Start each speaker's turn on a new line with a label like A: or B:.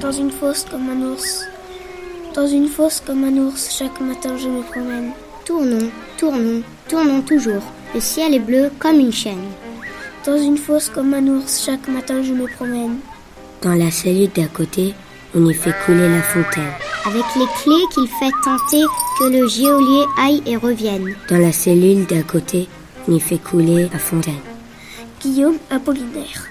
A: dans une fosse comme un ours. Dans une fosse comme un ours, chaque matin je me promène.
B: Tournons, tournons, tournons toujours. Le ciel est bleu comme une chaîne.
A: Dans une fosse comme un ours, chaque matin je me promène.
C: Dans la cellule d'à côté, on y fait couler la fontaine.
B: Avec les clés qu'il fait tenter que le geôlier aille et revienne.
C: Dans la cellule d'à côté, on y fait couler la fontaine.
A: Guillaume Apollinaire.